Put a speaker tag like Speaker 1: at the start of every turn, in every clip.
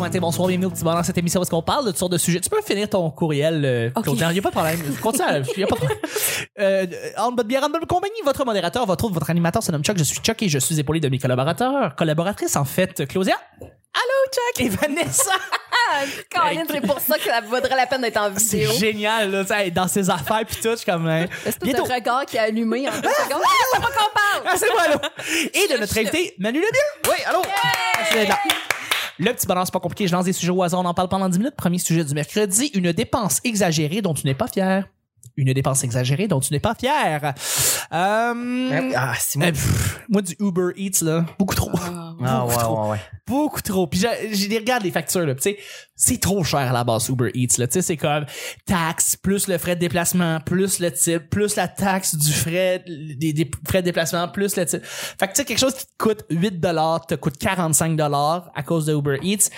Speaker 1: matin, bonsoir, bienvenue au petit bonheur cette émission parce qu'on parle de toutes sortes de sujets. Tu peux finir ton courriel, euh,
Speaker 2: Ok.
Speaker 1: Claude. Il n'y a pas de problème. Continue, il n'y a pas de problème. Euh, en bonne bière, en bonne compagnie, votre modérateur, votre autre, votre animateur se nomme Chuck. Je suis Chuck et je suis épaulé de mes collaborateurs, collaboratrices en fait, Claudia. Allô, Chuck! Et Vanessa!
Speaker 2: Caroline, c'est pour ça que ça vaudrait la peine d'être en
Speaker 1: Ah, C'est
Speaker 2: vidéo.
Speaker 1: génial, là, tu sais, dans ses affaires puis tout, je suis comme... hein.
Speaker 2: C'est tout
Speaker 1: Bientôt.
Speaker 2: le regard qui a allumé en deux secondes. Ah, c'est pas qu'on parle!
Speaker 1: Ah, c'est moi, allô! Et de notre invité, Manu Lebien! Oui, allô! C'est là. Le petit bonheur, c'est pas compliqué. Je lance des sujets au hasard. On en parle pendant 10 minutes. Premier sujet du mercredi. Une dépense exagérée dont tu n'es pas fier. Une dépense exagérée dont tu n'es pas fier. Euh,
Speaker 3: Ah, c'est moi.
Speaker 1: euh, pff, moi, du Uber Eats, là, beaucoup trop.
Speaker 3: Ah, ouais,
Speaker 1: beaucoup trop.
Speaker 3: ouais, ouais.
Speaker 1: Beaucoup trop. Puis j'ai- j'ai les regarde les factures, là. Puis tu sais, c'est trop cher à la base, Uber Eats, là. Tu sais, c'est comme taxe, plus le frais de déplacement, plus le type, plus la taxe du frais, des, des frais de déplacement, plus le type. Fait que tu sais, quelque chose qui te coûte 8 te coûte 45 à cause de Uber Eats.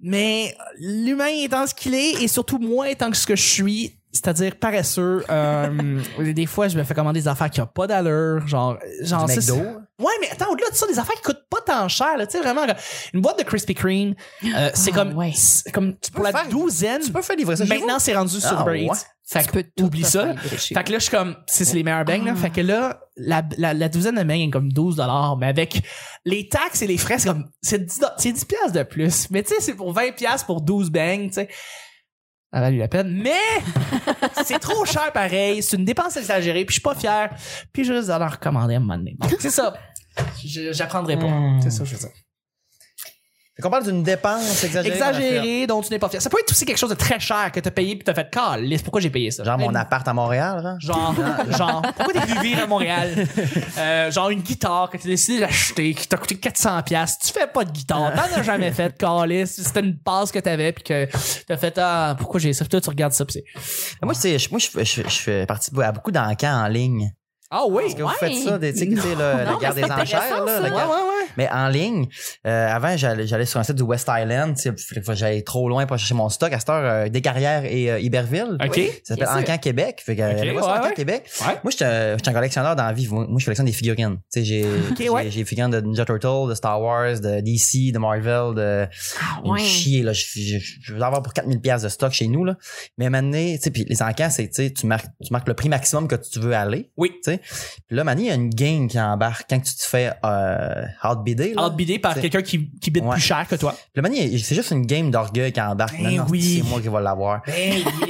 Speaker 1: Mais l'humain étant ce qu'il est, et surtout moi étant que ce que je suis, c'est-à-dire paresseux, euh, des fois, je me fais commander des affaires qui ont pas d'allure, genre, genre,
Speaker 3: Du
Speaker 1: c'est-
Speaker 3: McDo?
Speaker 1: Ouais, mais attends, au-delà de ça, des affaires qui coûtent pas tant cher, là, tu sais, vraiment, là, une boîte de Krispy Kreme, euh, c'est
Speaker 2: Ah,
Speaker 1: comme,
Speaker 2: ouais.
Speaker 1: c'est comme, pour
Speaker 3: peux
Speaker 1: la
Speaker 3: faire-
Speaker 1: douzaine,
Speaker 3: Tu peux faire livrer
Speaker 2: Ben,
Speaker 3: ça chez
Speaker 1: maintenant, c'est rendu sur
Speaker 3: Ah,
Speaker 1: Uber Eats.
Speaker 3: ouais.
Speaker 1: Fait
Speaker 2: Tu
Speaker 1: que,
Speaker 2: peux tout
Speaker 1: oublie
Speaker 2: te
Speaker 1: ça.
Speaker 2: faire livrer chez
Speaker 1: Fait que là, je suis comme, c'est c'est les meilleurs beignes, là. Fait que là, la, la, la douzaine de beignes est comme 12 dollars, mais avec les taxes et les frais, c'est comme, c'est 10, do- c'est 10 piastres de plus. Mais tu sais, c'est pour 20 piastres pour 12 beignes, tu sais. Ça a valu la peine. Mais c'est trop cher pareil. C'est une dépense exagérée, puis je suis pas fier. Puis je risque de leur recommander à un moment donné. Bon, C'est ça. Je- J'apprendrai pas.
Speaker 3: Hmm.
Speaker 1: C'est ça, je veux dire.
Speaker 3: Fait qu'on parle d'une dépense exagérée.
Speaker 1: Exagéré, dont tu n'es pas fier. Ça peut être aussi quelque chose de très cher que t'as payé puis t'as fait calisse. Pourquoi j'ai payé ça?
Speaker 3: Genre mon
Speaker 2: Ben,
Speaker 1: Une
Speaker 3: appart à Montréal, hein?
Speaker 1: Genre, genre, pourquoi t'es venu vivre à Montréal? Euh, genre une guitare que t'as décidé d'acheter, qui t'a coûté 400$. piastres. Tu fais pas de
Speaker 3: Ah.
Speaker 1: guitare, t'en as jamais fait, Carlis. C'était une passe que t'avais puis que t'as fait, ah, pourquoi j'ai ça? Puis toi, tu regardes ça pis c'est.
Speaker 3: Ben, Moi, c'est- je, moi, je, je- je fais partie de- à beaucoup d'encans en ligne.
Speaker 1: Ah oui!
Speaker 3: Est-ce que vous
Speaker 2: Ouais.
Speaker 3: faites ça, des, tu sais, tu sais, le,
Speaker 2: Non,
Speaker 3: le garde
Speaker 2: mais
Speaker 3: des
Speaker 2: c'est
Speaker 3: enchères,
Speaker 2: intéressant,
Speaker 3: là,
Speaker 2: ça.
Speaker 3: le
Speaker 1: Ouais, ouais,
Speaker 3: garde-
Speaker 1: ouais.
Speaker 3: Mais en ligne, euh, avant, j'allais j'allais sur un site du West Island. tu sais, puis des fois, J'allais trop loin pour chercher mon stock. À cette heure, euh, Descarrières et euh, Iberville.
Speaker 1: Ok.
Speaker 3: Ça s'appelle
Speaker 2: Bien sûr.
Speaker 3: Encan Québec. Fait que, euh,
Speaker 1: Ok,
Speaker 3: allez voir sur
Speaker 1: ouais,
Speaker 3: Encan
Speaker 1: ouais.
Speaker 3: Québec.
Speaker 1: Ouais.
Speaker 3: Moi, je suis un- je suis un collectionneur dans la vie. Moi, je collectionne des figurines. Tu sais, j'ai j'ai-
Speaker 1: ouais.
Speaker 3: j'ai des figurines de Ninja Turtle, de Star Wars, de DC, de Marvel, de
Speaker 2: Ah,
Speaker 3: une chier, là. Je, je, je veux l'avoir pour 4000 pièces de stock chez nous, là. Mais maintenant, tu sais, puis les encans, c'est, tu sais, tu marques, tu marques le prix maximum que tu veux aller.
Speaker 1: Oui.
Speaker 3: Tu sais. Puis là, maintenant, il y a une gang qui embarque quand tu te fais, euh, outbidder, là.
Speaker 1: Outbidé par
Speaker 3: C'est-
Speaker 1: quelqu'un qui, qui bide
Speaker 3: Ouais.
Speaker 1: plus cher que toi.
Speaker 3: Puis là, maintenant, il- c'est juste une game d'orgueil qui embarque.
Speaker 1: Ben
Speaker 3: Non, non,
Speaker 1: oui.
Speaker 3: c'est moi qui vais l'avoir.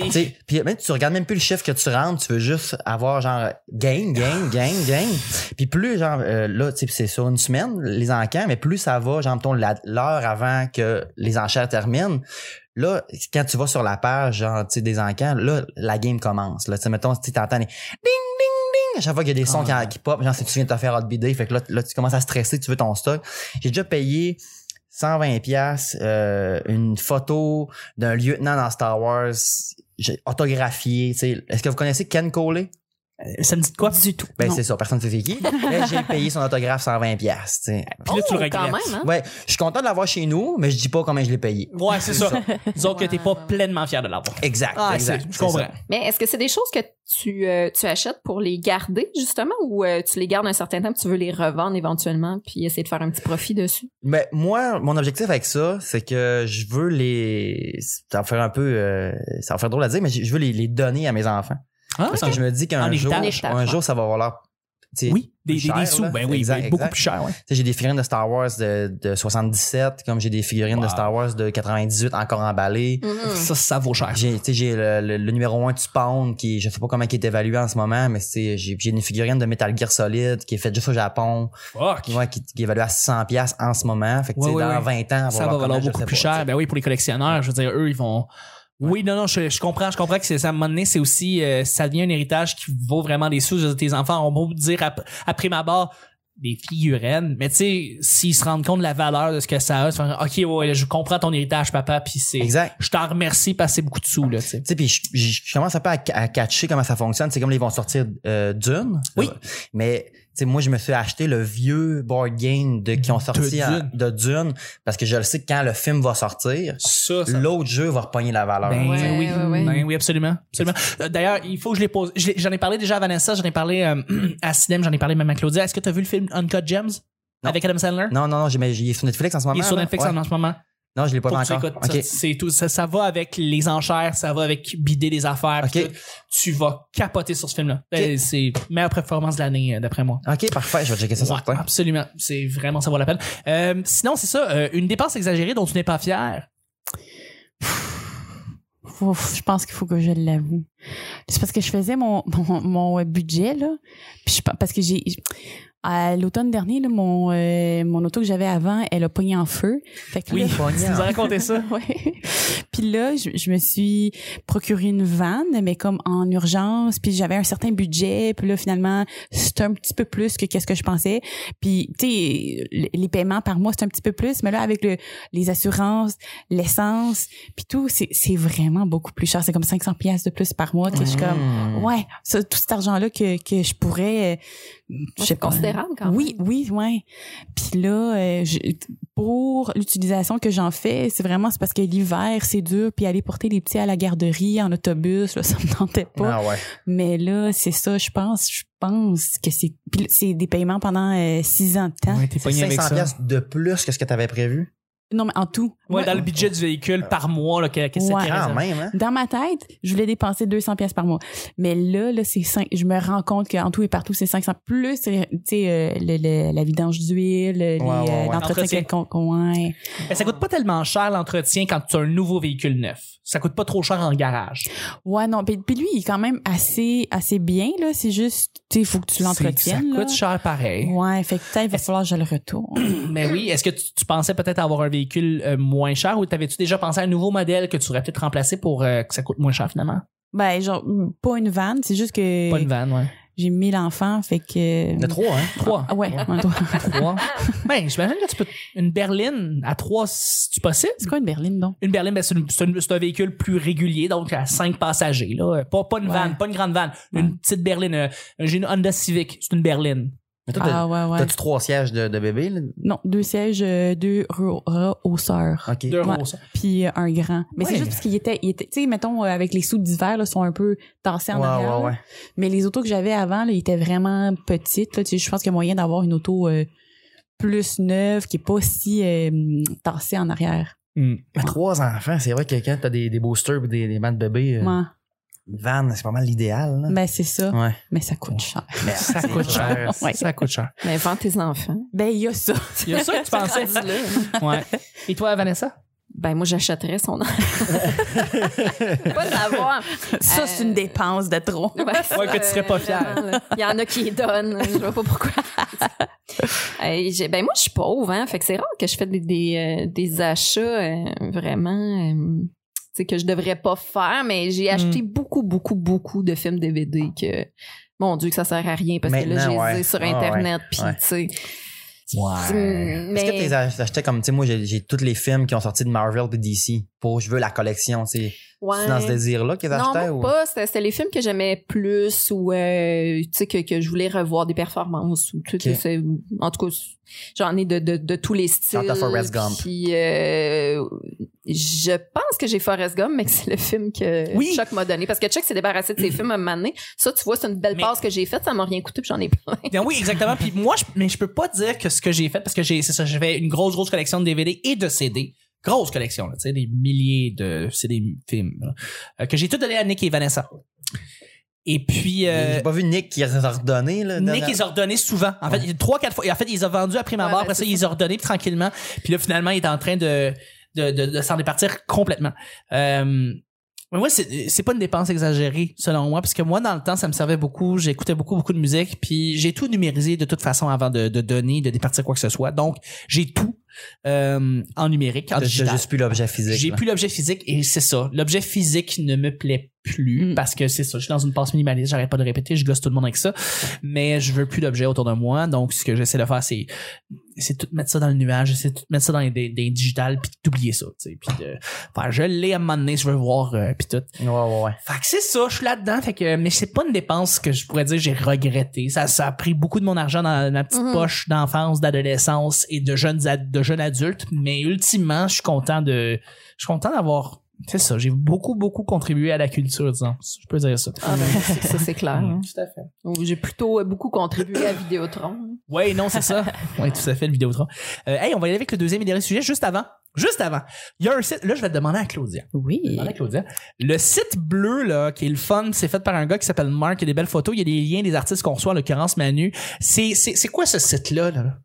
Speaker 3: Tu sais, puis même tu regardes même plus le chiffre que tu rentres, tu veux juste avoir genre gain, gain, gain, gain. Puis plus genre euh, là, tu sais, puis c'est sur une semaine les encans, mais plus ça va, genre mettons, la- l'heure avant que les enchères terminent. Là, quand tu vas sur la page genre tu sais des encans, là la game commence. Là, tu sais, mettons, tu sais, t'entends les ding ding ding à chaque fois qu'il y a des sons
Speaker 1: Ah.
Speaker 3: qui, qui pop, genre si tu viens de te faire outbidder, fait que là, là tu commences à stresser, tu veux ton stock. J'ai déjà payé 120 pièces euh, une photo d'un lieutenant dans Star Wars j'ai autographié. tu sais. Est-ce que vous connaissez Ken Coley?
Speaker 1: Ça me dit de quoi?
Speaker 2: du tout.
Speaker 3: Ben
Speaker 2: Non.
Speaker 3: c'est ça, personne ne sait c'est qui. Mais j'ai payé son autographe 120 pièces.
Speaker 1: Puis là, tu le
Speaker 2: Oh, quand
Speaker 1: regrettes.
Speaker 2: même, hein?
Speaker 3: Ouais, je suis content de l'avoir chez nous, mais je dis pas combien je l'ai payé.
Speaker 1: Ah. Ouais, c'est ça. Disons que t'es pas pleinement fier de l'avoir.
Speaker 3: Exact, exact.
Speaker 1: Ah, c'est- je
Speaker 3: c'est
Speaker 1: comprends.
Speaker 3: ça.
Speaker 2: Mais est-ce que c'est des choses que tu, euh, tu achètes pour les garder, justement, ou euh, tu les gardes un certain temps, puis tu veux les revendre éventuellement, puis essayer de faire un petit profit dessus?
Speaker 3: Mais moi, mon objectif avec ça, c'est que je veux les ça va faire un peu euh, ça va faire drôle à dire, mais je je veux les, les donner à mes enfants
Speaker 1: Ah,
Speaker 3: parce que je me dis
Speaker 1: En
Speaker 3: qu'un jour,
Speaker 1: héritage.
Speaker 3: un jour ça va valoir tu sais,
Speaker 1: oui, des,
Speaker 3: plus
Speaker 1: des- des
Speaker 3: cher,
Speaker 1: sous.
Speaker 3: là.
Speaker 1: Ben oui,
Speaker 3: Exact,
Speaker 1: ben, beaucoup
Speaker 3: exact.
Speaker 1: plus cher, ouais.
Speaker 3: Tu sais, j'ai des figurines de Star Wars de, de 77, comme j'ai des figurines
Speaker 1: Wow. Mm.
Speaker 3: de Star Wars de 98 encore emballées.
Speaker 1: Mm-hmm.
Speaker 2: Hmm.
Speaker 1: Ça, ça vaut cher.
Speaker 3: J'ai, tu sais, j'ai le, le- le numéro 1 du Spawn qui, je sais pas comment qui est évalué en ce moment, mais c'est, j'ai, j'ai une figurine de Metal Gear Solid qui est faite juste au Japon,
Speaker 1: Fuck.
Speaker 3: qui, ouais, qui, qui est évaluée à 600 pièces en ce moment. Fait que, tu sais,
Speaker 1: Ouais, ouais,
Speaker 3: dans
Speaker 1: ouais.
Speaker 3: 20 ans, elle
Speaker 1: ça va
Speaker 3: Ah, comment,
Speaker 1: valoir
Speaker 3: je
Speaker 1: beaucoup
Speaker 3: sais
Speaker 1: plus
Speaker 3: pas,
Speaker 1: cher. Ben oui, pour les collectionneurs, je veux dire, eux, ils vont. Oui, non, non, je, je comprends, je comprends que c'est ça. À un moment donné, c'est aussi, euh, ça devient un héritage qui vaut vraiment des sous. Je veux dire, tes enfants ont beau dire ap- après ma barre des figurines, mais tu sais, s'ils se rendent compte de la valeur de ce que ça a, ils font, ok, ouais, ouais, je comprends ton héritage, papa, puis c'est.
Speaker 3: tu sais. Exact.
Speaker 1: Je t'en remercie parce que c'est beaucoup de sous, là, tu sais.
Speaker 3: Tu sais, puis je, je- je commence un peu à, à catcher comment ça fonctionne. C'est comme là, ils vont sortir euh, Dune.
Speaker 1: Oui.
Speaker 3: Mais tu sais, moi, je me suis acheté le vieux board game de, qui ont sorti en-
Speaker 1: Dune.
Speaker 3: de Dune parce que je le sais que quand le film va sortir,
Speaker 1: Ça,
Speaker 3: l'autre jeu va repogner la valeur.
Speaker 1: Ben
Speaker 2: Ouais,
Speaker 1: oui,
Speaker 2: ouais, ouais.
Speaker 1: ben oui, absolument, absolument. Euh, D'ailleurs, il faut que je les pose. je l'ai- J'en ai parlé déjà à Vanessa, j'en ai parlé euh, à Sinem, j'en ai parlé même à Claudia. Est-ce que tu as vu le film Uncut Gems
Speaker 3: Non.
Speaker 1: avec Adam Sandler?
Speaker 3: Non, non, non, j'ai- mais il est sur Netflix en ce moment.
Speaker 1: Il est sur
Speaker 3: là.
Speaker 1: Netflix
Speaker 3: Ouais.
Speaker 1: en en ce moment.
Speaker 3: Non, je l'ai pas
Speaker 1: Faut
Speaker 3: vu
Speaker 1: que tu
Speaker 3: encore.
Speaker 1: écoutes ça.
Speaker 3: Ok.
Speaker 1: C'est tout. Ça, ça va avec les enchères, ça va avec bider les affaires. puis
Speaker 3: Ok.
Speaker 1: tout. Tu vas capoter sur ce film-là.
Speaker 3: Ok.
Speaker 1: Euh, C'est meilleure performance de l'année, euh, d'après moi.
Speaker 3: Ok, parfait. Je vais checker ça
Speaker 1: Ouais,
Speaker 3: certain.
Speaker 1: absolument. C'est vraiment, ça vaut la peine. Euh, sinon, c'est ça, euh, une dépense exagérée dont tu n'es pas fier.
Speaker 4: Ouf, je pense qu'il faut que je l'avoue. C'est parce que je faisais mon, mon, mon budget, là. Puis je, pa- parce que j'ai. À l'automne dernier, là, mon, euh, mon auto que j'avais avant, elle a pogné en feu. Fait que là,
Speaker 1: tu nous as raconté ça.
Speaker 4: Ouais. Puis là, je, je me suis procuré une vanne, mais comme en urgence. Puis j'avais un certain budget. Puis là, finalement, c'est un petit peu plus que qu'est-ce que je pensais. Puis, tu sais, l- les paiements par mois, c'est un petit peu plus. Mais là, avec le, les assurances, l'essence, puis tout, c'est c'est vraiment beaucoup plus cher. C'est comme 500 pièces de plus par mois. Tu sais, je suis comme...
Speaker 3: Hmm.
Speaker 4: Ouais, ça, tout cet argent-là que, que je pourrais... euh, je sais
Speaker 2: C'est
Speaker 4: pas.
Speaker 2: considérable quand même.
Speaker 4: Oui, oui, oui. Puis là, euh, je- pour l'utilisation que j'en fais, c'est vraiment c'est parce que l'hiver, c'est dur, puis aller porter les petits à la garderie en autobus, là, ça me tentait pas.
Speaker 3: Ah ouais.
Speaker 4: Mais là, c'est ça, je pense, je pense que c'est puis là, c'est des paiements pendant euh, six ans de temps.
Speaker 1: Ouais, t'es
Speaker 3: C'est
Speaker 1: pogné avec
Speaker 3: 500
Speaker 1: ça.
Speaker 3: piastres de plus que ce que tu avais prévu.
Speaker 4: Non, mais en tout.
Speaker 1: Ouais,
Speaker 4: Moi,
Speaker 1: dans le budget du véhicule par mois, là, que- que
Speaker 4: Ouais.
Speaker 1: c'était
Speaker 3: Quand
Speaker 1: raisonnable.
Speaker 3: même, hein?
Speaker 4: Dans ma tête, je voulais dépenser 200 pièces par mois. Mais là, là c'est cinq- je me rends compte qu'en tout et partout, c'est 500 plus tu sais euh, le- le- la vidange d'huile, les,
Speaker 3: ouais, ouais.
Speaker 4: euh, l'entretien
Speaker 1: Entretien.
Speaker 4: quelconque, ouais.
Speaker 1: Mais ça coûte pas tellement cher l'entretien quand tu as un nouveau véhicule neuf. Ça coûte pas trop cher en garage.
Speaker 4: Ouais, non. Puis, puis lui, il est quand même assez, assez bien, là. C'est juste, tu sais, il faut que tu l'entretiennes.
Speaker 1: Ça
Speaker 4: là.
Speaker 1: coûte cher pareil.
Speaker 4: Ouais, fait que peut-être il va falloir que je le retourne.
Speaker 1: Mais oui, est-ce que tu, tu pensais peut-être avoir un véhicule euh, moins cher ou t'avais-tu déjà pensé à un nouveau modèle que tu aurais peut-être remplacé pour euh, que ça coûte moins cher finalement?
Speaker 4: ben, genre, pas une vanne, c'est juste que
Speaker 1: Pas une vanne, ouais.
Speaker 4: j'ai mille enfants, fait que.
Speaker 3: De trois, hein?
Speaker 1: Trois.
Speaker 4: Ah ouais, un doigt.
Speaker 1: Trois. Ben, j'imagine que tu peux. Une berline à trois, c'est possible?
Speaker 4: C'est quoi une berline, donc?
Speaker 1: Une berline, ben, c'est une- c'est une- c'est un véhicule plus régulier, donc à cinq passagers. Là. Pas, pas une
Speaker 4: Ouais.
Speaker 1: vanne, pas une grande vanne.
Speaker 4: Ouais.
Speaker 1: Une petite berline. euh, J'ai une Honda Civic, c'est une berline.
Speaker 3: Mais toi, t'as-
Speaker 4: Ah ouais, ouais.
Speaker 3: t'as-tu trois sièges de, de bébé, là?
Speaker 4: Non, deux sièges, euh, deux re- rehausseurs.
Speaker 3: OK.
Speaker 1: Deux
Speaker 4: Ouais.
Speaker 1: euros, ça.
Speaker 4: Puis euh, un grand. Mais
Speaker 1: Ouais.
Speaker 4: c'est juste parce qu'il était, il était tu sais, mettons, euh, avec les sous d'hiver, là, sont un peu tassés en
Speaker 3: ouais,
Speaker 4: arrière.
Speaker 3: ouais,
Speaker 4: là.
Speaker 3: ouais.
Speaker 4: Mais les autos que j'avais avant, là, ils étaient vraiment petites. Là, Tu sais, je pense qu'il y a moyen d'avoir une auto euh, plus neuve qui est pas si euh, tassée en arrière.
Speaker 1: Hmm.
Speaker 3: Mais trois enfants, c'est vrai que quand t'as des, des boosters et des, des mans de bébé, euh,
Speaker 4: Ouais.
Speaker 3: une vanne, c'est pas mal l'idéal, là.
Speaker 4: Ben, c'est ça.
Speaker 3: Ouais.
Speaker 4: Mais ça coûte cher.
Speaker 3: Mais
Speaker 1: Ça coûte cher.
Speaker 4: Ouais.
Speaker 1: Ça coûte cher.
Speaker 2: Mais vends tes enfants. hein.
Speaker 4: Ben, il y a ça.
Speaker 1: Il y a ça que tu pensais. Ouais. Et toi, Vanessa?
Speaker 2: Ben, moi, j'achèterais son enfant. pas l'avoir.
Speaker 4: Ça, c'est une dépense de trop.
Speaker 2: Ouais,
Speaker 1: Ouais, que tu serais pas fière.
Speaker 2: vraiment, là. Il y en a qui les donnent. Je vois pas pourquoi. Euh, j'ai- ben moi, je suis pauvre, hein. Fait que c'est rare que je fais des, des, euh, des achats euh, vraiment. euh, tu sais, que je devrais pas faire, mais j'ai
Speaker 3: Mm.
Speaker 2: acheté beaucoup, beaucoup, beaucoup de films DVD que, mon Dieu, que ça sert à rien parce que là,
Speaker 3: Maintenant,
Speaker 2: j'ai
Speaker 3: ouais.
Speaker 2: sur
Speaker 3: Ah,
Speaker 2: Internet, puis
Speaker 3: ouais.
Speaker 2: tu sais.
Speaker 3: Ouais.
Speaker 2: Mm,
Speaker 3: Est-ce que
Speaker 2: mais-
Speaker 3: tu les ach- achetais comme, tu sais, moi, j'ai, j'ai tous les films qui ont sorti de Marvel et DC pour je veux la collection, tu sais.
Speaker 2: Ouais.
Speaker 3: C'est dans ce désir-là qu'ils
Speaker 2: Non,
Speaker 3: achetaient
Speaker 2: moi,
Speaker 3: ou.
Speaker 2: pas. C'était c'était les films que j'aimais plus ou euh, tu sais que, que je voulais revoir des performances ou tu sais,
Speaker 3: Ok.
Speaker 2: c'est- en tout cas j'en ai de, de, de tous les styles.
Speaker 3: Genre t'as Forrest Gump.
Speaker 2: Puis euh, je pense que j'ai Forrest Gump mais que c'est le film que
Speaker 1: Oui.
Speaker 2: Chuck m'a donné parce que Chuck s'est débarrassé de ses films à un moment donné. Ça tu vois c'est une belle
Speaker 1: Mais-
Speaker 2: passe que j'ai faite, ça m'a rien coûté, puis j'en ai plein.
Speaker 1: Bien Ben oui, exactement. Puis moi, je, mais je peux pas dire que ce que j'ai fait parce que j'ai, c'est ça, j'avais une grosse, grosse collection de DVD et de CD. Grosse collection, là, tu sais, des milliers de CD films là, euh, que j'ai tout donné à Nick et Vanessa. Et puis. euh,
Speaker 3: J'ai pas vu Nick qui a redonné, là.
Speaker 1: Nick,
Speaker 3: dernière-
Speaker 1: ils ont redonné souvent. En fait, il- trois, quatre fois. Et En fait, ils ont vendu après ma
Speaker 2: Ouais,
Speaker 1: mort.
Speaker 2: ouais,
Speaker 1: Après ça,
Speaker 2: c'est
Speaker 1: ils ont redonné puis tranquillement. Puis là, finalement, il est en train de, de, de, de s'en départir complètement. Euh, mais moi, c'est c'est pas une dépense exagérée, selon moi, parce que moi, dans le temps, ça me servait beaucoup. J'écoutais beaucoup, beaucoup de musique. Puis j'ai tout numérisé de toute façon avant de, de donner, de départir quoi que ce soit. Donc, j'ai tout euh, en numérique, en
Speaker 3: T'as- T'as
Speaker 1: digital.
Speaker 3: juste plus l'objet physique.
Speaker 1: J'ai
Speaker 3: là.
Speaker 1: plus l'objet physique et c'est ça. L'objet physique ne me plaît plus
Speaker 4: Mm.
Speaker 1: parce que c'est ça. Je suis dans une passe minimaliste, j'arrête pas de le répéter, je gosse tout le monde avec ça. Mais je veux plus d'objets autour de moi. Donc, ce que j'essaie de faire, c'est, c'est tout mettre ça dans le nuage, j'essaie de tout mettre ça dans les, des, des digitales puis d'oublier ça, tu sais. Puis de faire, je l'ai à un moment donné, je veux le voir, euh, puis tout.
Speaker 3: Ouais, ouais, ouais.
Speaker 1: Fait que c'est ça, je suis là-dedans. Fait que, mais c'est pas une dépense que je pourrais dire j'ai regretté. Ça, ça a pris beaucoup de mon argent dans ma petite
Speaker 2: Mhm.
Speaker 1: poche d'enfance, d'adolescence et de jeunes, ad- de jeunes adultes. Mais ultimement, je suis content de, je suis content d'avoir, c'est ça, j'ai beaucoup, beaucoup contribué à la culture, disons. Je peux dire ça.
Speaker 2: Ah, ben, c'est- ça c'est clair. hein.
Speaker 1: Tout à fait.
Speaker 2: Donc, J'ai plutôt euh, beaucoup contribué à Vidéotron.
Speaker 1: Oui, non, c'est ça. oui, tout à fait, le Vidéotron. Euh, hey, on va y aller avec le deuxième et dernier sujet juste avant. Juste avant, il y a un site. Là, je vais te demander à Claudia.
Speaker 4: Oui.
Speaker 1: Demande à Claudia. Le site bleu, là, qui est le fun, c'est fait par un gars qui s'appelle Mark. Il y a des belles photos. Il y a des liens des artistes qu'on reçoit, en l'occurrence Manu. C'est, c'est, c'est quoi ce site-là, là?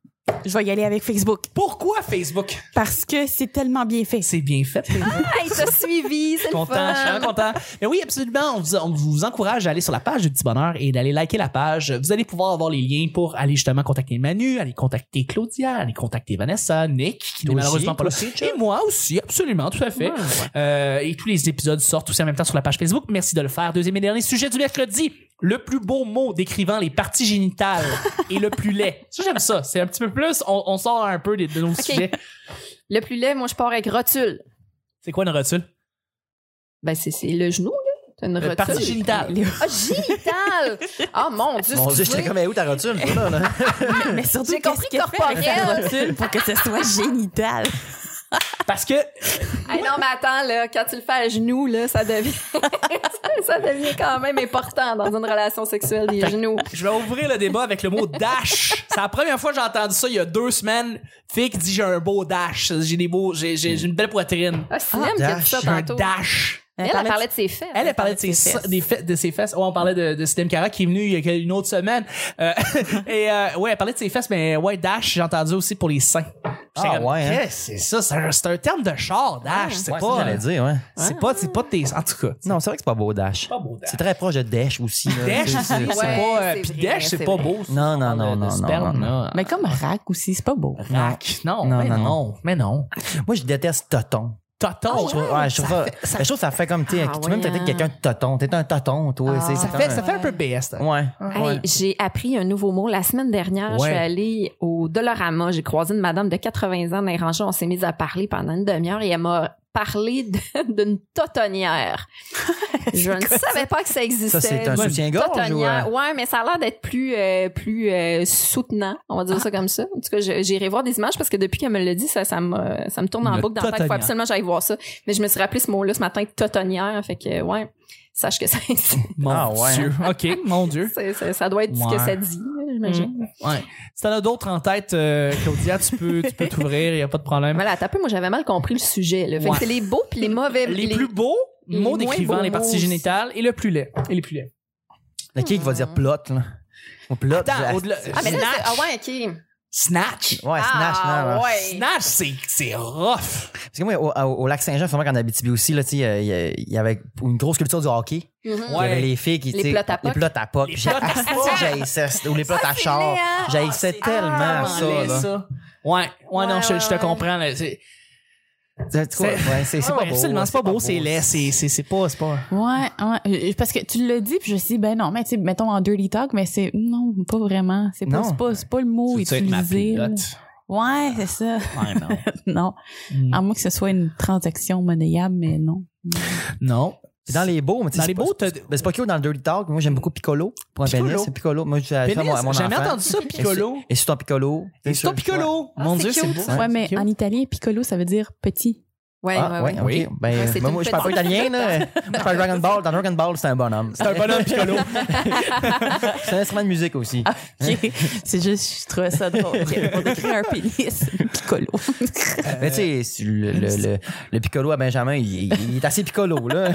Speaker 4: Je vais y aller avec Facebook
Speaker 1: Pourquoi Facebook?
Speaker 4: parce que c'est tellement bien fait.
Speaker 1: C'est bien fait. les gars.
Speaker 2: Hey, t'as suivi, c'est le
Speaker 1: content,
Speaker 2: fun.
Speaker 1: je suis vraiment content. Mais oui, absolument, on vous, on vous encourage à aller sur la page du Petit Bonheur et d'aller liker la page. Vous allez pouvoir avoir les liens pour aller justement contacter Manu, aller contacter Claudia, aller contacter Vanessa, Nick, qui n'est
Speaker 3: Toi aussi,
Speaker 1: malheureusement pas là.
Speaker 3: toi aussi, Chuck.
Speaker 1: Et moi aussi, absolument, tout à fait. Euh, et tous les épisodes sortent aussi en même temps sur la page Facebook. Merci de le faire. Deuxième et dernier sujet du mercredi. Le plus beau mot décrivant les parties génitales et le plus laid. Ça, j'aime ça. C'est un petit peu plus. On, on sort un peu des- de nos sujets.
Speaker 2: Le plus laid, moi, je pars avec rotule.
Speaker 1: C'est quoi une rotule?
Speaker 2: Ben, c'est c'est le genou, là. T'as une
Speaker 1: Euh,
Speaker 2: rotule.
Speaker 1: partie génitale.
Speaker 2: Ah, génitale! Ah, mon Dieu,
Speaker 3: Mon Dieu,
Speaker 2: excusez.
Speaker 3: j'étais comme, Eh, où ta rotule? toi, là, là?
Speaker 4: Mais surtout,
Speaker 2: J'ai compris
Speaker 4: qu'est-ce qu'elle fait avec sa
Speaker 2: corporel.
Speaker 4: rotule pour que ce soit génital.
Speaker 1: Parce que
Speaker 2: Hey, non, mais attends, là, quand tu le fais à genoux, là, ça devient, ça devient quand même important dans une relation sexuelle, les genoux.
Speaker 1: Je vais ouvrir le débat avec le mot dash. C'est la première fois que j'ai entendu ça il y a deux semaines. Fille qui dit j'ai un beau dash. J'ai des beaux, j'ai, j'ai, j'ai une belle poitrine.
Speaker 2: Ah, Sinem qui a dit
Speaker 3: dash,
Speaker 2: ça
Speaker 1: J'ai un
Speaker 2: tantôt.
Speaker 1: dash.
Speaker 2: Elle, elle parlait de ses fesses.
Speaker 1: Elle, elle parlait de ses,
Speaker 4: fesses.
Speaker 1: Des fesses, de ses fesses. Ouais, on parlait de, de Stem Cara qui est venu il y a quelques- une autre semaine. Euh, et euh, ouais, elle parlait de ses fesses, mais ouais, dash, j'ai entendu aussi pour les seins. J'étais
Speaker 3: Ah,
Speaker 1: comme,
Speaker 3: ouais, hein?
Speaker 1: Qu'est-ce que C'est ça, c'est un, c'est un terme de char, dash. C'est
Speaker 3: Ouais, ça,
Speaker 1: pas, euh,
Speaker 3: j'allais dire, ouais.
Speaker 1: c'est pas, c'est pas tes, en tout cas.
Speaker 3: hein. Non, c'est vrai que c'est pas beau, Dash.
Speaker 1: pas beau, dash.
Speaker 3: C'est très proche de Dash aussi. là.
Speaker 1: Dash,
Speaker 3: C'est-
Speaker 1: c'est
Speaker 3: c'est-
Speaker 2: Ouais,
Speaker 1: pas, euh,
Speaker 2: c'est
Speaker 1: puis
Speaker 2: vrai,
Speaker 1: dash,
Speaker 2: c'est
Speaker 1: c'est pas
Speaker 2: vrai.
Speaker 1: beau. ça.
Speaker 3: Non, non,
Speaker 1: On parle
Speaker 3: non,
Speaker 1: de- de
Speaker 3: non,
Speaker 1: sperme,
Speaker 3: non, non.
Speaker 1: là.
Speaker 4: Mais comme rack aussi, c'est pas beau.
Speaker 1: Rack. Non,
Speaker 3: Non,
Speaker 1: mais non,
Speaker 3: non,
Speaker 1: mais non.
Speaker 3: Moi, je déteste Toton.
Speaker 1: Toton,
Speaker 3: Je trouve- Ah, ouais, je trouve ça, je trouve que ça fait comme, t'es,
Speaker 2: Ah,
Speaker 3: tu peux même
Speaker 2: ouais,
Speaker 3: traiter
Speaker 2: hein.
Speaker 3: quelqu'un de toton. T'es un toton, toi.
Speaker 2: Ah.
Speaker 3: c'est-
Speaker 1: ça,
Speaker 3: c'est
Speaker 1: fait,
Speaker 3: un-
Speaker 1: ça fait un peu BS. ça.
Speaker 3: Ouais.
Speaker 2: Hey, j'ai appris un nouveau mot la semaine dernière. Je
Speaker 1: Ouais.
Speaker 2: suis allée au Dolorama. J'ai croisé une madame de 80 ans dans les rangées. On s'est mis à parler pendant une demi-heure et elle m'a parlé de- d'une totonnière. je ne savais pas que ça existait.
Speaker 3: Ça, c'est un
Speaker 1: Ouais.
Speaker 3: soutien-gorge ou. euh,
Speaker 2: Totonnière. Ouais, mais ça a l'air d'être plus, euh, plus euh, soutenant. On va
Speaker 1: Ah.
Speaker 2: dire ça comme ça. En tout cas, je- j'irai voir des images parce que depuis qu'elle me l'a dit, ça, ça, me, ça me tourne en
Speaker 1: Une
Speaker 2: boucle dans la tête. Il faut
Speaker 1: totonnière.
Speaker 2: absolument que j'aille voir ça. Mais je me suis rappelé ce mot-là ce matin, totonnière. Fait que, ouais, sache que ça, c'est-
Speaker 1: Mon
Speaker 3: Ah, ouais.
Speaker 1: Dieu. OK, mon Dieu.
Speaker 2: c'est- ça doit être ce
Speaker 1: Ouais.
Speaker 2: que ça dit, j'imagine.
Speaker 1: Ouais. Si t'en as d'autres en tête, euh, Claudia, tu peux, tu peux t'ouvrir, il n'y a pas de problème.
Speaker 2: Voilà, t'as peu, moi j'avais mal compris le sujet. Là. Fait
Speaker 1: Mm. Ouais.
Speaker 2: que c'est les beaux puis les mauvais.
Speaker 1: Les, plus beaux
Speaker 2: les
Speaker 1: mots
Speaker 2: moins
Speaker 1: décrivant
Speaker 2: beaux
Speaker 1: les parties
Speaker 2: mots
Speaker 1: génitales et le plus laid. Et les plus laids.
Speaker 3: Le euh, qui qui va dire plot, là? Ou plot.
Speaker 1: Attends,
Speaker 3: je-
Speaker 1: au-delà.
Speaker 2: Ah, mais là,
Speaker 1: snatch.
Speaker 2: c'est- ah ouais, ok.
Speaker 1: Snatch.
Speaker 3: Ouais, Snatch,
Speaker 2: ah,
Speaker 3: non, non.
Speaker 2: ouais.
Speaker 1: Snatch, c'est, c'est rough.
Speaker 3: Parce que moi, au, au- au lac Saint-Jean, sûrement qu'en Abitibi aussi, là, tu sais, euh, il y a- il y avait une grosse culture du hockey.
Speaker 2: Mhm.
Speaker 1: Ouais.
Speaker 3: Il y avait les filles qui,
Speaker 2: Les
Speaker 3: tu sais,
Speaker 2: plots à
Speaker 3: Les
Speaker 2: poc.
Speaker 3: plots à poc.
Speaker 1: Les
Speaker 3: J'ai-
Speaker 1: plots à
Speaker 3: Ah,
Speaker 1: poc. Ah,
Speaker 3: j'haïssais ça. Ou les plots à char.
Speaker 2: laid, hein?
Speaker 3: J'haïssais
Speaker 1: c'est
Speaker 3: tellement
Speaker 1: tellement
Speaker 3: Ah, ça,
Speaker 1: laid,
Speaker 3: là.
Speaker 1: Ouais, ouais, non, je,
Speaker 2: Ouais,
Speaker 1: je te
Speaker 2: ouais, ouais.
Speaker 1: comprends. là, c'est, ah
Speaker 3: C'est quoi? Ouais,
Speaker 1: Ouais,
Speaker 3: c'est c'est pas
Speaker 1: ouais,
Speaker 3: beau.
Speaker 1: absolument, c'est pas beau, c'est laid.
Speaker 3: laisse.
Speaker 1: C'est, c'est, c'est pas, c'est pas.
Speaker 4: Ouais, ouais. Euh, Parce que tu l'as dit, puis je me suis dit, ben non, mais tu sais, mettons en dirty talk, mais c'est non, pas vraiment. C'est pas,
Speaker 3: Non.
Speaker 4: c'est pas, c'est pas le mot
Speaker 1: Tu veux-tu être ma
Speaker 4: utilisé. là.
Speaker 1: pilote?
Speaker 4: Ouais, c'est ça.
Speaker 1: Ouais, non.
Speaker 4: non.
Speaker 1: Mm.
Speaker 4: À moins que ce soit une transaction monnayable, mais non.
Speaker 1: Non.
Speaker 3: Puis dans les beaux, mais tu sais,
Speaker 1: Dans
Speaker 3: c'est
Speaker 1: les
Speaker 3: pas-
Speaker 1: beaux, t'as- ben,
Speaker 3: Ben, c'est- Mais c'est pas cool dans le dirty talk. Moi, j'aime beaucoup Piccolo. Pour un
Speaker 1: Piccolo?
Speaker 3: pénis, c'est Piccolo. Moi, j'ai fait à
Speaker 1: Pénis,
Speaker 3: Ah, mon à mon
Speaker 1: j'ai jamais
Speaker 3: enfant.
Speaker 1: entendu ça, Piccolo.
Speaker 3: Et c'est ton Piccolo.
Speaker 1: Et c'est ton Piccolo.
Speaker 2: Ah,
Speaker 1: Mon
Speaker 2: c'est
Speaker 1: Dieu, c'est
Speaker 2: cute.
Speaker 1: beau.
Speaker 4: Ouais, mais en italien, piccolo, ça veut dire petit.
Speaker 2: Ouais,
Speaker 3: Ah,
Speaker 2: ouais, ouais.
Speaker 3: ouais, ok. Ben,
Speaker 2: Ouais, c'est
Speaker 3: ben,
Speaker 2: une
Speaker 3: moi, je parle pas
Speaker 2: petite-
Speaker 3: italien, là. Je parle Dragon Ball. Dans Dragon Ball, c'est un bonhomme.
Speaker 1: C'est un bonhomme Piccolo.
Speaker 3: C'est un instrument de musique aussi.
Speaker 4: Ok. c'est juste, je trouvais ça drôle. On décrit un pénis, piccolo.
Speaker 3: Mais tu sais, le, le, le, le Piccolo à Benjamin, il, il est assez Piccolo, là.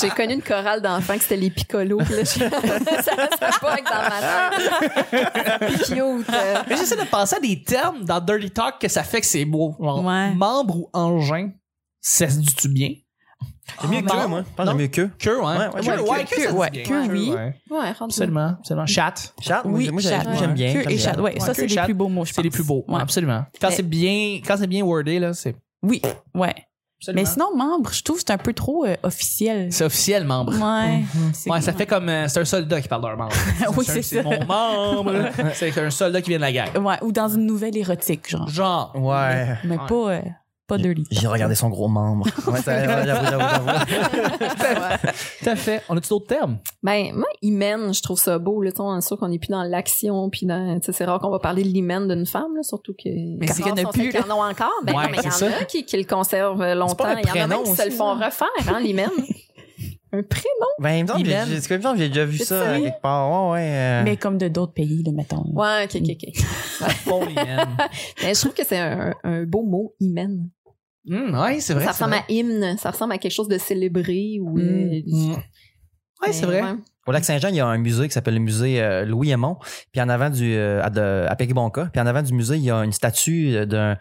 Speaker 2: J'ai connu une chorale d'enfants que c'était les picolos. Puis là, je- ça, ça bug dans ma tête. C'est cute. euh.
Speaker 1: Mais j'essaie de penser à des termes dans Dirty Talk que ça fait que c'est beau. Genre,
Speaker 4: Ouais.
Speaker 1: membre ou engin, ça se dit-tu bien? Ah,
Speaker 3: J'aime mieux
Speaker 1: non.
Speaker 3: que moi. Je pense que j'aime
Speaker 1: Non.
Speaker 3: mieux que.
Speaker 1: Que, ouais.
Speaker 3: Ouais, ouais, ouais,
Speaker 1: hein. ouais,
Speaker 4: que,
Speaker 1: que, ça se dit
Speaker 4: ouais,
Speaker 1: bien.
Speaker 4: que,
Speaker 1: Que,
Speaker 4: oui.
Speaker 1: ouais.
Speaker 2: Ouais, rendu.
Speaker 1: Absolument, absolument. Chat.
Speaker 3: Chat,
Speaker 4: Oui,
Speaker 3: moi,
Speaker 4: chat,
Speaker 3: j'aime moi, j'aime
Speaker 4: ouais.
Speaker 3: bien.
Speaker 4: Queue
Speaker 3: j'aime
Speaker 4: et
Speaker 3: bien.
Speaker 4: chat. Ouais,
Speaker 1: Ouais,
Speaker 4: ça,
Speaker 1: queue
Speaker 4: c'est
Speaker 1: et
Speaker 4: les
Speaker 1: chat,
Speaker 4: plus beaux mots, je
Speaker 1: C'est les
Speaker 4: pense.
Speaker 1: plus beaux. Ouais,
Speaker 4: Ouais.
Speaker 1: absolument. Quand
Speaker 2: Mais-
Speaker 1: c'est bien, quand c'est bien wordé, là, c'est.
Speaker 4: Oui, ouais.
Speaker 1: absolument.
Speaker 4: Mais sinon, membre, je trouve que c'est un peu trop euh, officiel.
Speaker 1: C'est officiel, membre.
Speaker 4: Ouais. c'est-
Speaker 1: Ouais, ça fait comme. euh, c'est un soldat qui parle d'un membre.
Speaker 4: Oui,
Speaker 1: un-
Speaker 4: c'est ça.
Speaker 1: mon membre. c'est un soldat qui vient de la guerre.
Speaker 4: Ouais, ou dans une nouvelle érotique, genre.
Speaker 1: Genre.
Speaker 3: Ouais.
Speaker 4: Mais
Speaker 1: Ouais.
Speaker 4: pas, euh, pas dirty.
Speaker 3: J'ai regardé son gros membre. Ouais, ça- ouais, j'avoue, j'avoue, j'avoue.
Speaker 1: Tout à fait. On a-tu d'autres termes?
Speaker 2: Ben, moi, hymen, je trouve ça beau. Là, Tu sais, on est sûr qu'on n'est plus dans l'action. Puis dans- tu sais, c'est rare qu'on va parler de l'hymen d'une femme, là, surtout que. Mais
Speaker 4: c'est qu'il y en a plus,
Speaker 2: Qui en ont encore. Ben,
Speaker 1: Ouais,
Speaker 2: non, mais il y
Speaker 1: c'est
Speaker 2: en
Speaker 1: ça.
Speaker 2: a qui, qui le conservent longtemps.
Speaker 3: un
Speaker 2: Il y en a
Speaker 3: prénom
Speaker 2: même qui se le
Speaker 3: aussi,
Speaker 2: font refaire, hein, l'hymen. Un prénom?
Speaker 3: Ben, il me semble que
Speaker 1: Hélène.
Speaker 3: j'ai- c'est quoi, il me semble que j'ai déjà vu
Speaker 2: C'est
Speaker 3: ça
Speaker 2: ça.
Speaker 3: hein, quelque part. Ouais, ouais. euh,
Speaker 4: Mais comme de d'autres pays, là, mettons.
Speaker 2: Ouais, ok, ok, ok.
Speaker 1: Holy man.
Speaker 2: Mais je trouve que c'est un, un beau mot, hymen.
Speaker 1: Hum, ouais, c'est vrai.
Speaker 2: ça
Speaker 1: c'est
Speaker 2: ressemble
Speaker 1: vrai.
Speaker 2: à hymne, ça ressemble à quelque chose de célébré ou. euh,
Speaker 1: Hum. Ouais,
Speaker 2: mais
Speaker 1: c'est vrai.
Speaker 2: ouais.
Speaker 3: Au lac Saint-Jean, il y a un musée qui s'appelle le musée euh, Louis Aymon. Puis en avant du euh, à, de- à Péribonka, puis en avant du musée, il y a une statue euh, d'un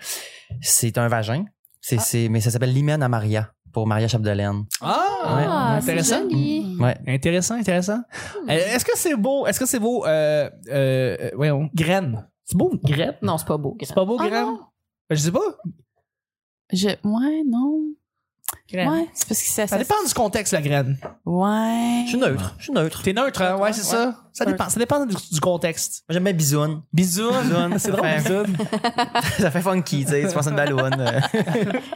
Speaker 3: c'est un vagin. C'est c'est mais ça s'appelle l'hymen à Maria pour Maria Chapdelaine.
Speaker 1: Ah,
Speaker 2: Ah, c'est
Speaker 1: intéressant.
Speaker 2: joli.
Speaker 3: Ouais.
Speaker 1: Intéressant, intéressant.
Speaker 2: Hmm.
Speaker 1: Euh, Est-ce que c'est beau? Est-ce que c'est beau? Euh, euh, euh, voyons, graine. C'est beau, graine?
Speaker 2: Non, c'est pas beau.
Speaker 1: C'est pas beau,
Speaker 4: Ah,
Speaker 1: graine?
Speaker 4: non.
Speaker 1: Ben, je sais pas.
Speaker 4: Je, ouais, non.
Speaker 1: Graine.
Speaker 4: Ouais, c'est parce que ça.
Speaker 1: Ça dépend du contexte, la graine.
Speaker 4: Ouais.
Speaker 3: Je suis neutre, je suis neutre.
Speaker 1: T'es neutre, hein? Ouais, c'est
Speaker 3: Ouais.
Speaker 1: ça. Ça dépend, ça dépend du, du contexte.
Speaker 3: Moi, J'aime bien bisoune.
Speaker 1: Bisoun. c'est drôle,
Speaker 3: Enfin.
Speaker 1: bisoun.
Speaker 3: ça fait funky, tu sais, tu penses à une balloune. euh.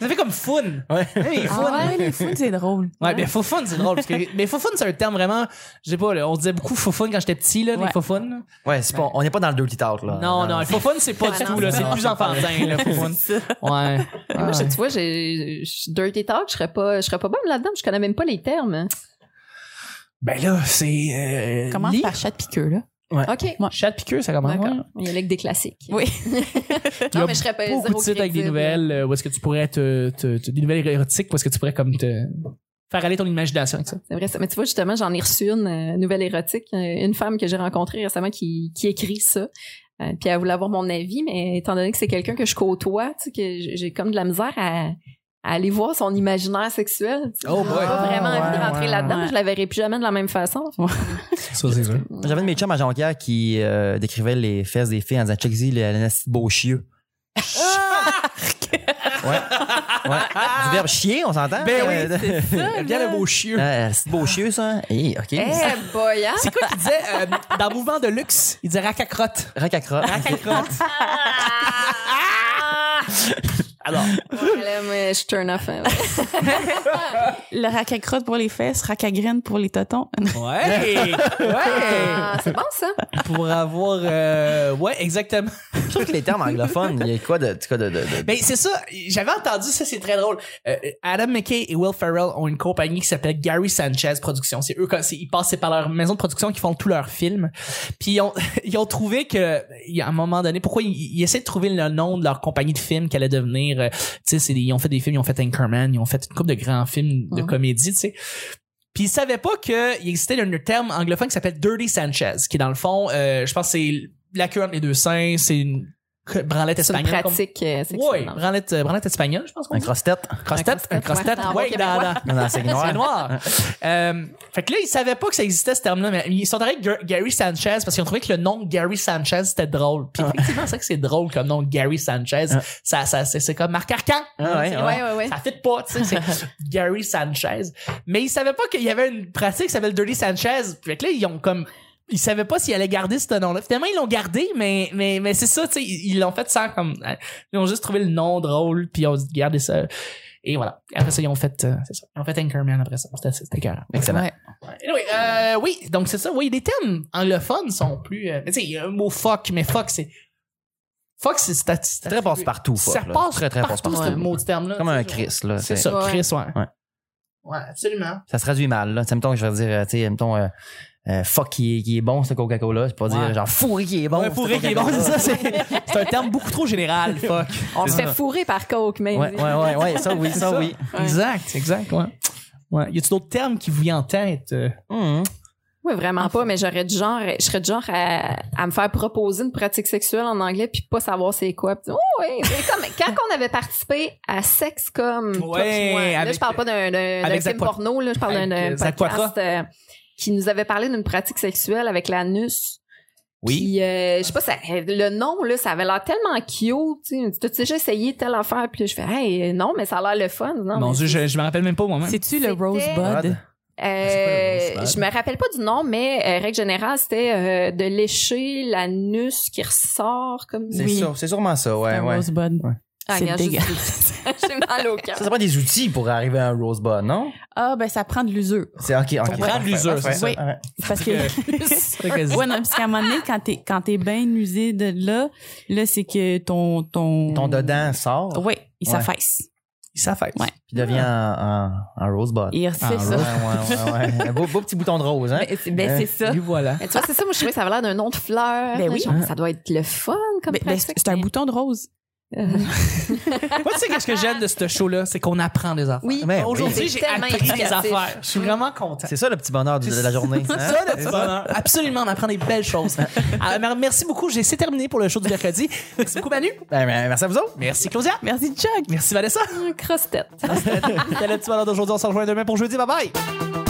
Speaker 1: Ça fait comme fun.
Speaker 3: Ouais.
Speaker 1: Hey, fun.
Speaker 4: Ah ouais, les fous, c'est drôle.
Speaker 1: Ouais, mais faux fun, c'est drôle. Parce que, mais faux fun, c'est un terme vraiment. Je sais pas, là, on disait beaucoup faux fun quand j'étais petit, là, les
Speaker 4: Ouais.
Speaker 1: faux fun. là.
Speaker 3: Ouais, c'est pas on n'est pas dans le dirty talk là.
Speaker 1: Non, non, le faux fun, c'est pas
Speaker 2: Ah,
Speaker 1: du
Speaker 2: non,
Speaker 1: tout, là.
Speaker 3: c'est
Speaker 1: C'est
Speaker 3: ça.
Speaker 1: plus enfantin, le faux fun. Ouais.
Speaker 2: Moi, je-
Speaker 1: Ouais.
Speaker 2: tu vois, j'ai, je- Dirty Talk, je serais pas, je serais pas bonne là-dedans, je connais même pas les termes.
Speaker 1: Ben là, c'est. Euh,
Speaker 4: Commence
Speaker 1: lit.
Speaker 4: par chat piqueux, là.
Speaker 2: OK.
Speaker 1: Chat piqueux, ça commence.
Speaker 2: D'accord.
Speaker 1: ouais.
Speaker 2: Il y a que des classiques.
Speaker 4: Oui.
Speaker 1: Il y a
Speaker 2: non, mais je serais pas
Speaker 1: Beaucoup
Speaker 2: Euh, zéro
Speaker 1: de sites avec des
Speaker 2: crédible.
Speaker 1: nouvelles euh, où est-ce que tu pourrais te, te, te- Des nouvelles érotiques où est-ce que tu pourrais comme te. Faire aller ton imagination avec ça.
Speaker 2: C'est vrai, ça. Mais tu vois, justement, j'en ai reçu une euh, nouvelle érotique, euh, une femme que j'ai rencontrée récemment qui, qui écrit ça. Euh, puis elle voulait avoir mon avis, mais étant donné que c'est quelqu'un que je côtoie, tu sais, que j'ai- j'ai comme de la misère à, à aller voir son imaginaire sexuel. tu sais.
Speaker 1: Oh
Speaker 2: J'ai
Speaker 1: boy!
Speaker 2: pas vraiment
Speaker 3: ouais,
Speaker 2: envie de rentrer
Speaker 3: ouais,
Speaker 2: là-dedans,
Speaker 4: ouais.
Speaker 2: je la verrai plus jamais de la même façon.
Speaker 1: Ça, c'est vrai.
Speaker 3: J'avais une de mes chums à Jonquière qui euh, décrivait les fesses des filles en disant Check-y, le le nasty beau chieux. ouais. ouais. Du verbe chier, on s'entend?
Speaker 1: Ben oui,
Speaker 3: Euh,
Speaker 1: Bien le beau chieux.
Speaker 3: Euh, c'est beau chieux, ça. Eh, OK.
Speaker 2: Eh, boy, hein?
Speaker 1: C'est quoi qu'il disait euh, dans Mouvement de Luxe? Il disait racacrotte.
Speaker 3: Racacra.
Speaker 1: Racacrotte.
Speaker 2: Ah!
Speaker 1: Alors,
Speaker 2: Ouais, là, mais je turn off. hein.
Speaker 4: Le rack à crotte pour les fesses, rack à graines pour les totons.
Speaker 1: ouais, ouais.
Speaker 2: Ah, c'est bon, ça?
Speaker 1: Pour avoir, euh, ouais, exactement.
Speaker 3: Je trouve que les termes anglophones, il y a quoi de. de, quoi de, de, de-
Speaker 1: Ben c'est ça. J'avais entendu ça, c'est très drôle. Euh, Adam McKay et Will Ferrell ont une compagnie qui s'appelle Gary Sanchez Productions. C'est eux, quand- c'est- ils passent par leur maison de production qui font tous leurs films. Puis ils ont, ils ont trouvé que, il y a un moment donné, pourquoi ils, ils essaient de trouver le nom de leur compagnie de films qu'elle allait devenir. euh, tu sais, c'est des- ils ont fait des films, ils ont fait Anchorman, ils ont fait une couple de grands films de
Speaker 2: Mhm.
Speaker 1: comédie, tu sais. Puis ils savaient pas qu'il existait un terme anglophone qui s'appelle Dirty Sanchez, qui est dans le fond, euh, je pense que c'est la queue entre les deux seins, c'est une branlette
Speaker 2: C'est une
Speaker 1: espagnole. comme-
Speaker 2: pratique euh, sexuelle.
Speaker 1: oui,
Speaker 2: dans le fond.
Speaker 1: branlette, euh, branlette espagnole, je pense qu'on
Speaker 3: Un
Speaker 1: dit.
Speaker 3: cross-tête
Speaker 1: Cross-tête,
Speaker 2: un
Speaker 1: un cross-tête,
Speaker 2: cross-tête, ah, ben
Speaker 1: ouais,
Speaker 2: ouais,
Speaker 1: dans, dans,
Speaker 3: dans la signe noire.
Speaker 1: c'est noir. Euh, fait que là, ils savaient pas que ça existait ce terme-là, mais ils sont allés avec Gar- Gary Sanchez parce qu'ils ont trouvé que le nom de Gary Sanchez c'était drôle. Puis effectivement, c'est vrai que c'est drôle comme nom de Gary Sanchez.
Speaker 3: Ah.
Speaker 1: Ça, ça, c'est, c'est comme Marc Arcan.
Speaker 3: Ah ouais,
Speaker 1: C'est-
Speaker 2: Ouais, ouais, ouais.
Speaker 1: Ça fit pas, tu sais, c'est Gary Sanchez. Mais ils savaient pas qu'il y avait une pratique qui s'appelle Dirty Sanchez. Fait que là, ils ont comme. Ils savaient pas s'ils allaient garder ce nom-là. Finalement, ils l'ont gardé, mais, mais, mais c'est ça, tu sais. Ils ils l'ont fait sans comme. euh, Ils ont juste trouvé le nom drôle, puis ils ont dit, gardez ça. Et voilà. Après ça, ils ont fait. euh, c'est ça. Ils ont fait Anchorman après ça. C'était, c'était écœurant.
Speaker 3: Excellent.
Speaker 4: Ouais.
Speaker 1: Anyway, euh, oui, donc c'est ça. Oui, les thèmes anglophones sont plus. euh, mais tu sais, il y a un mot fuck, mais fuck, c'est. Fuck, c'est. c'est- c'est-
Speaker 3: Très passe-partout, fuck,
Speaker 1: Ça
Speaker 3: là.
Speaker 1: passe
Speaker 3: Très, très
Speaker 1: partout,
Speaker 3: passe-partout.
Speaker 1: ce mot, ce terme-là.
Speaker 3: Comme un
Speaker 1: Tu sais,
Speaker 3: Chris, là.
Speaker 1: c'est
Speaker 3: C'est-
Speaker 1: ça,
Speaker 2: Ouais.
Speaker 1: Chris, ouais.
Speaker 3: Ouais.
Speaker 1: Ouais, absolument.
Speaker 3: Ça se traduit mal, là. Tu sais, mettons que je vais dire, euh, tu sais, mettons, euh, euh, fuck qui est, qui est bon, ce Coca-Cola. C'est pas
Speaker 1: Ouais.
Speaker 3: dire, genre, fourré qui est bon. ce Coca-Cola.
Speaker 1: c'est c'est un terme beaucoup trop général, fuck.
Speaker 2: On se
Speaker 3: C'est
Speaker 2: fait
Speaker 3: ça.
Speaker 2: fourrer par Coke, même.
Speaker 3: Ouais, ouais, ouais, ouais, ça oui, ça,
Speaker 1: ça.
Speaker 3: oui.
Speaker 2: Ouais.
Speaker 1: Exact, exact, ouais. Ouais. Y a-tu d'autres termes qui vous viennent en tête? euh?
Speaker 3: Hum,
Speaker 2: Oui, vraiment pas, mais j'aurais du genre, je serais du genre à, à me faire proposer une pratique sexuelle en anglais puis pas savoir c'est quoi. Puis, oh oui, c'est comme quand on avait participé à Sexcom. toi
Speaker 1: Ouais,
Speaker 2: puis moi. là
Speaker 1: avec-
Speaker 2: je parle pas d'un d'un- d'un
Speaker 1: avec Zach
Speaker 2: film
Speaker 1: Poit-
Speaker 2: porno, là, je parle
Speaker 1: avec,
Speaker 2: d'un d'un
Speaker 1: euh, Zach
Speaker 2: podcast euh, qui nous avait parlé d'une pratique sexuelle avec l'anus.
Speaker 1: Oui.
Speaker 2: Puis, euh, je sais pas, ça- le nom, là, ça avait l'air tellement cute. Tu sais, t'as-tu déjà essayé telle affaire? Puis là, je fais, hey, non, mais ça a l'air le fun. Non,
Speaker 1: Mon
Speaker 2: mais
Speaker 1: Dieu, je,
Speaker 2: c'est-
Speaker 1: je me rappelle même pas moi-même.
Speaker 4: C'est-tu
Speaker 2: C'était-
Speaker 4: le
Speaker 2: euh,
Speaker 4: rosebud?
Speaker 1: C'est quoi le
Speaker 2: je
Speaker 1: rosebud?
Speaker 2: me rappelle pas du nom, mais euh, règle générale, c'était euh, de lécher l'anus qui ressort comme
Speaker 3: c'est
Speaker 4: Oui.
Speaker 3: ça, c'est sûrement ça, ouais,
Speaker 4: un
Speaker 3: ouais.
Speaker 4: rosebud.
Speaker 3: Ouais.
Speaker 2: Ah,
Speaker 4: C'est
Speaker 2: regarde,
Speaker 4: dégueu.
Speaker 2: J'ai j'ai mal au cœur.
Speaker 3: Ça, ça prend des outils pour arriver à un rosebud, non?
Speaker 4: Ah, ben, ça prend de l'usure.
Speaker 3: C'est ok, ok.
Speaker 1: On prend de l'usure,
Speaker 3: Parfait,
Speaker 1: c'est
Speaker 4: ça?
Speaker 3: parfait, parfait.
Speaker 4: Parce que.
Speaker 1: C'est que-
Speaker 4: ouais, non, parce qu'à un moment donné, quand t'es, quand t'es bien usé de là, là, c'est que ton, ton.
Speaker 3: Ton dedans sort.
Speaker 4: Ouais, il
Speaker 3: Ouais.
Speaker 4: s'affaisse.
Speaker 1: Il s'affaite.
Speaker 4: Ouais.
Speaker 3: Puis devient un, un, un rosebud.
Speaker 4: Et c'est
Speaker 3: Ouais, ouais,
Speaker 4: ça.
Speaker 3: ouais, ouais. Un beau, beau petit bouton de rose, hein?
Speaker 4: Ben, c'est- ben,
Speaker 3: Euh,
Speaker 4: c'est ça.
Speaker 1: Et voilà.
Speaker 2: Mais tu vois, c'est ça, moi, je trouvais que ça avait l'air d'un nom de fleur.
Speaker 4: Ben oui.
Speaker 2: Genre, ça doit être le fun comme
Speaker 4: Ben, ben, c'est
Speaker 2: pratique.
Speaker 4: c'est un bouton de rose.
Speaker 1: Moi, tu sais, qu'est-ce que j'aime de ce show-là? C'est qu'on apprend des affaires.
Speaker 2: Oui.
Speaker 3: Mais oui.
Speaker 1: Aujourd'hui,
Speaker 2: C'est
Speaker 1: j'ai
Speaker 2: tellement
Speaker 1: appris des
Speaker 2: éducatif.
Speaker 1: affaires. Je suis vraiment content.
Speaker 3: C'est ça le petit bonheur du- de la journée.
Speaker 1: C'est
Speaker 3: hein?
Speaker 1: ça, notre bonheur. Absolument, on apprend des belles choses. Alors, mer- merci beaucoup. J'ai- C'est terminé pour le show du mercredi. Merci beaucoup, Manu.
Speaker 3: Ben, ben, merci à vous autres.
Speaker 1: Merci, Claudia.
Speaker 4: Merci, Chuck.
Speaker 1: Merci, Vanessa.
Speaker 2: Un cross-tête.
Speaker 1: C'était le petit bonheur d'aujourd'hui. On se rejoint demain pour jeudi. Bye bye.